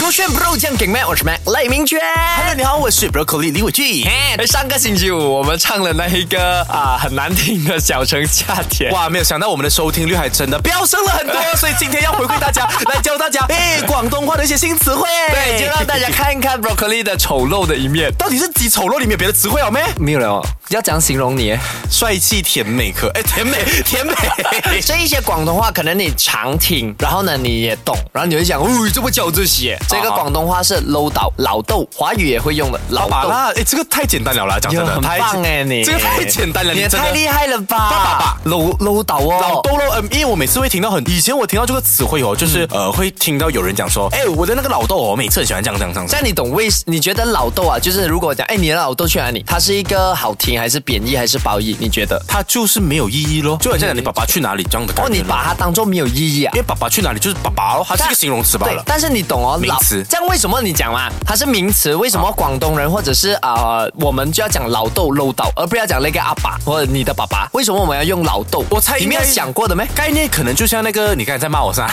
勾选 Bro 酱给麦，我是麦赖明娟。 Hello，你好，我是 Broccoli 李伟俊。哎，上个星期五我们唱了那一个啊很难听的《小城夏天》，哇，没有想到我们的收听率还真的飙升了很多，所以今天要回馈大家，来教大家哎广东话的一些新词汇。 对，就让大家看一看 Broccoli 的丑陋的一面。 到底是几丑陋里面有别的词汇好没？没有了哦，要怎样形容你？帅气、甜美、可哎，甜美、甜美。哎这一些广东话可能你常听，然后呢你也懂，然后你会讲，哦，这不叫这些。这个啊广东话是搂倒老豆，华语也会用的老把豆。啦，哎，这个太简单了啦，讲真哟的，很太棒哎你，这个太简单了，你也真的太厉害了吧！爸爸爸搂搂倒哦，老豆喽，嗯，因为我每次会听到很，以前我听到这个词汇哦，就是、嗯呃，会听到有人讲说，哎，我的那个老豆哦，我每次很喜欢这样这样这样。这样但你懂为你觉得老豆啊，就是如果我讲哎你的老豆去哪里，它是一个好听还是贬义还是褒义？你觉得？它就是没有意义咯，就好像讲你爸爸去哪里这样的感哦，觉咯。你把它当做没有意义啊因？为爸爸去哪里就是爸爸哦，它是一个形容词罢对了，。但是你懂哦，名老词这样为什么你讲嘛？啊它是名词，为什么广东人或者是啊、呃我们就要讲老豆漏豆，而不要讲那个阿爸或者你的爸爸？为什么我们要用老豆？我猜你应没该有想过的没？概念可能就像那个，你刚才在骂我是 吧？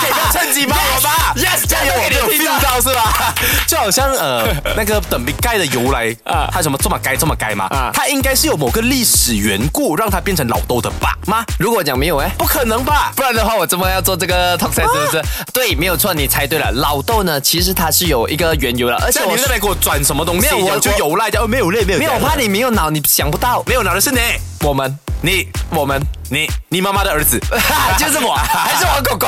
可以不要趁机骂我吧 Yes，yes，这样哎有我没有这 feel 样到是吧？ 就好像呃，那个等比盖的由来啊它什么这么该这么该嘛啊，它应该是有某个历史缘故让它变成老豆的爸妈，如果我讲没有哎、不可能吧？不然的话，我怎么要做这个 talk set 是不是？对，没有错，你猜对了。老豆呢，其实它是有一个缘由的，而且像我你那边给我转什么东西，没有我就我有赖的，哦没有赖，没有没有，我怕你没有脑，你想不到。没有拿的是你，我们，你我们，啊你你妈妈的儿子， 就是 我，还是我狗狗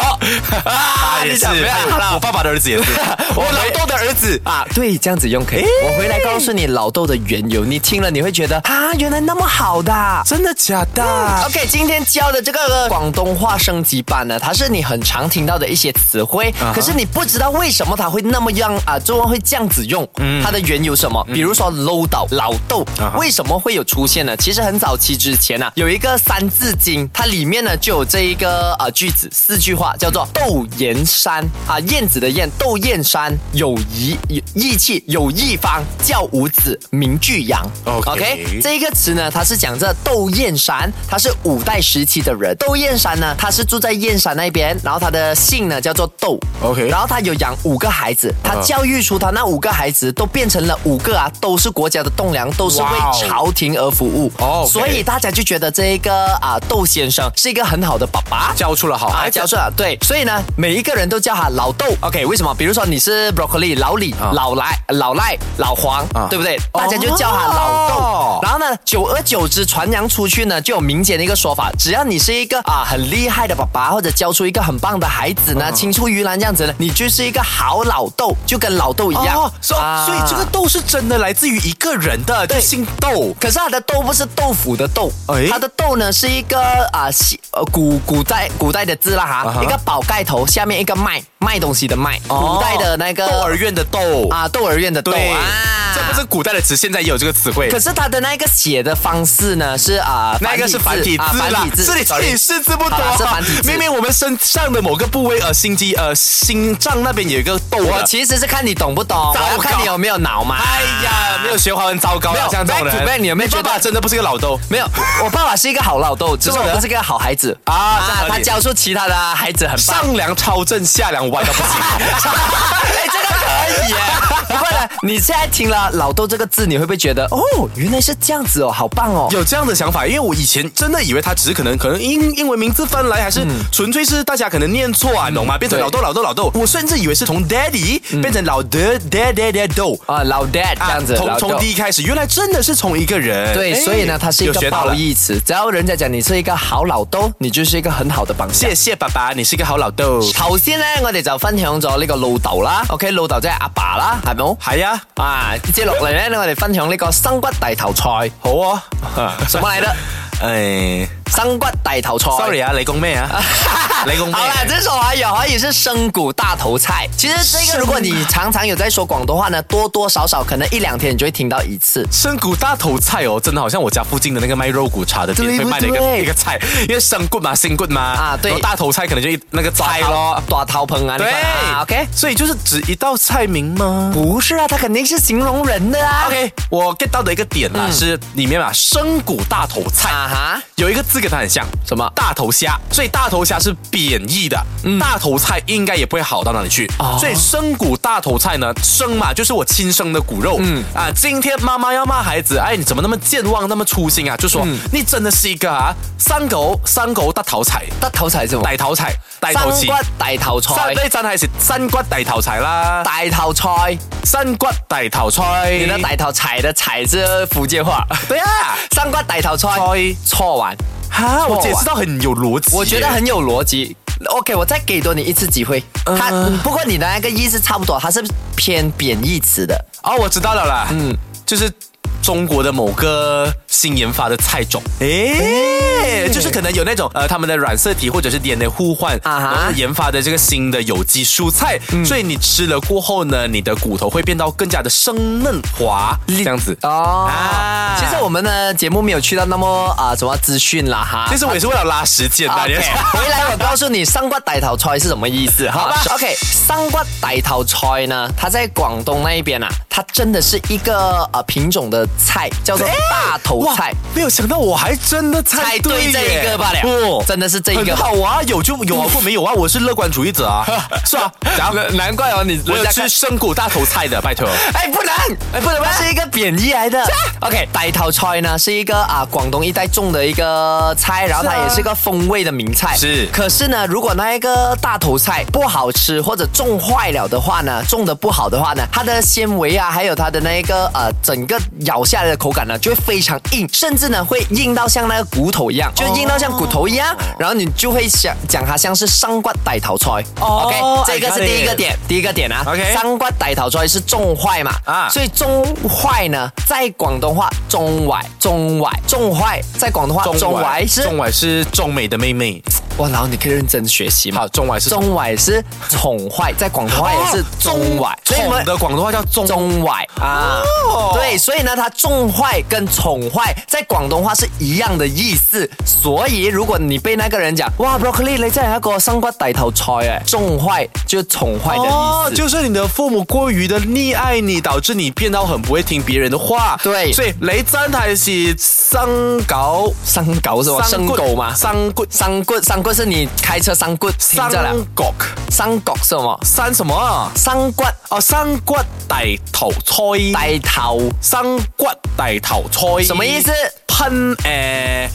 啊？也你是，想不要？好我了爸爸的儿子也是，我老豆的儿子啊， 啊，对，这样子用可以。我回来告诉你老豆的缘由，你听了你会觉得啊，原来那么好的。啊真的假的？ OK，今天教的这个呃广东话升级版呢，它是你很常听到的一些词汇可是你不知道为什么它会那么样啊，中文会这样子用，它的缘由什么？比如说 low 到老豆为什么会有出现呢？其实很早期之前呢、有一个《三字经》，它里面呢就有这一个啊句子，四句话叫做“窦燕山”啊，燕子的燕，窦燕山有义有义气有义方，教五子名俱扬。 OK 这一个词呢，它是讲这窦燕山，他是五代时期的人。窦燕山呢，他是住在燕山那边，然后他的姓呢叫做窦。 OK 然后他有养五个孩子，他教育出他那五个孩子都变成了五个啊，都是国家的栋梁，都是为哇哦朝廷而服务。哦，OK 所以大家就觉得这一个啊窦先生是一个很好的爸爸。教出了好啊，孩子教授啊，对，所以呢，每一个人都叫他老豆。OK，为什么？比如说你是 broccoli 老李、啊老来、老赖、老黄，啊对不对？大家就叫他老豆。然后呢，久而久之传扬出去呢，就有民间的一个说法，只要你是一个啊很厉害的爸爸，或者教出一个很棒的孩子啊呢，青出于蓝这样子呢，你就是一个好老豆，就跟老豆一样。哦，所啊以所以这个豆是真的来自于一个人的，就姓豆。可是它的豆不是豆腐的豆，哎它的豆呢是一个啊西呃古古代古代的字啦哈啊哈一个宝盖头下面一个卖卖东西的卖，哦古代的那个豆儿院的豆，啊豆儿院的豆对啊，，这不是古代的词，现在也有这个词汇可。是它的那个写的方式呢是啊那个是繁体字啊、啦繁体，字是你自 sorry 己识字不多啊是繁体。字明明我们身上的某个部位，呃，心肌，呃，心脏那边有一个豆的。我其实是看你懂不懂，糟我糕要看你有没有脑嘛。哎呀，没有学华文糟糕没有了，像这种 back to back，人。你有没有觉得爸爸真的不是个老豆？没有，我爸爸是一个好老豆，只是真的我不是个好孩子啊这合理他教出其他的孩子很棒。上梁超正，下梁歪的不行。哎，真的可以耶！不过呢，你现在听了“老豆”这个字，你会不会觉得哦，原来是这样子哦，好棒哦？有这样的想法，因为我以前真的以为他只是可能可能英英文名字翻来，还是纯粹是大家可能念错啊，你懂吗？变成嗯对老豆老豆老豆，我甚至以为是从 daddy 变成老的 dad dad dad 豆。啊，老 dad 这样子，从老豆从。第一开始，原来真的是从一个人。对，哎所以呢，它是一有个学到了褒义词。只要人家讲你是一个好老豆，你就是一个很好的榜样谢。谢爸爸，你是一个好老豆。頭先咧，我哋就分享咗呢個老豆啦，OK，老豆即係阿爸啦，係咪 好？系啊，啊，接落嚟 咧，我哋分享呢個生骨大頭菜，好啊。什麼嚟得？ 哎，生骨大头菜。 Sorry 啊，你講咩啊？ 你講咩好？啦，这首啊华语华语是生骨大头菜。其实这个，如果你常常有在说广东话呢，多多少少可能一两天你就会听到一次。生骨大头菜哦，真的好像我家附近的那个卖肉骨茶的店对会不卖的一个对一个菜，因为生骨嘛，新骨嘛，啊对然后大头菜可能就一那个菜咯，大头盆啊，你哎对、看啊，OK。所以就是指一道菜名吗？不是啊，它肯定是形容人的啊。嗯 OK，我 get 到的一个点啦，是里面啊生骨大头菜啊哈有一个字跟它很像，什么大头虾，所以大头虾是贬义的，嗯大头菜应该也不会好到哪里去，哦所以生骨大头菜呢，生嘛就是我亲生的骨肉，嗯啊，今天妈妈要骂孩子，哎，你怎么那么健忘，那么粗心啊？就说、嗯你真的是一个啊，三狗三狗大头菜，大头菜是什么？大头菜，大生头菜。骨大头菜三，哎杯真係食新骨大頭菜啦，大头菜，新骨大頭菜。你的大头菜的菜是福 建话。对啊，生骨大头菜菜错完，哈，我哎错解啊释到很有逻辑耶，我觉得很有逻辑。OK，我再给多你一次机会。它不过你的那个意思差不多，它是偏贬义词的。哦，我知道了啦，嗯，就是中国的某个新研发的菜种，诶，就是可能有那种呃，他们的染色体或者是 DNA 互换，啊哈然后研发的这个新的有机蔬菜，所以你吃了过后呢，你的骨头会变到更加的生嫩滑，这样子。哦，啊其实我们呢节目没有去到那么啊、什么资讯啦哈。啊其实我也是为了拉时间的，你 OK，回 来我告诉你，上瓜歹头菜是什么意思？好吧？OK，上瓜歹头菜呢，它在广东那一边啊，它真的是一个呃品种的菜，叫做大头哇菜。，没有想到我还真的猜猜对耶这一个罢了哦真的是这一个很好啊，有就有啊，或没有啊，我是乐观主义者 啊，是啊，然后难怪哦，你我人有家吃看生骨大头菜的，拜托。哎，不能，哎，不能，它是一啊个贬义来的。OK，白头菜呢是一个啊广东一带种的一个菜，然后它也是一个风味的名菜。是可是呢，如果那一个大头菜不好吃或者种坏了的话呢，种的不好的话呢，它的纤维啊，还有它的那一个呃整个咬下来的口感呢，就会非常硬，甚至呢会硬到像那个骨头一样，就硬到像骨头一样，然后你就会想讲它像是上瓜白头菜。哦 OK，这个 I 是 got 第一个 it 点，第一个点啊 OK 上冬瓜歹头菜是种坏嘛？啊啊，所以种坏呢，在广东话中歪中歪种坏，在广东话 中歪是中。外是中美的妹妹，哇，然后你可以认真学习嘛好，。中外是中歪是宠坏，在广东话也是中歪，所以我我们的广东话叫中中歪啊哦，对，所以呢，它种坏跟宠坏在广东话是一样的意思。所以如果你被那个人讲，哇，broccoli 你真系一个生瓜歹头菜诶，种坏就是宠坏的意思。哦，就是你的父母过于的溺爱你，导致你变到很不会听别人的话。对所以你真係是生狗生狗是吧？生骨狗吗？生骨三棍，三棍是你开车三棍停生着了。角三角是什么？生什么啊？三棍哦，生骨大头菜，带头，生骨大头菜什么意思？喷诶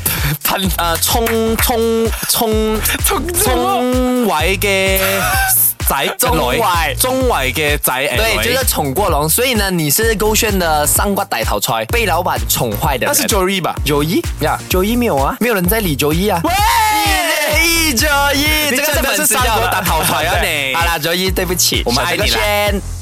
喷诶葱葱葱葱葱位嘅 仔哎中位中位嘅仔誒对，女就是宠过龙。所以呢，你是勾选的三瓜带头菜，被老板宠坏的人。那是 Jory 吧？九一呀，九一没有啊，没有人在理九一啊。喂，一九一，你这个真的是粉丝三叫国的打头台啊对你 네.好啦，九一，对不起，我们爱下一个你啦圈。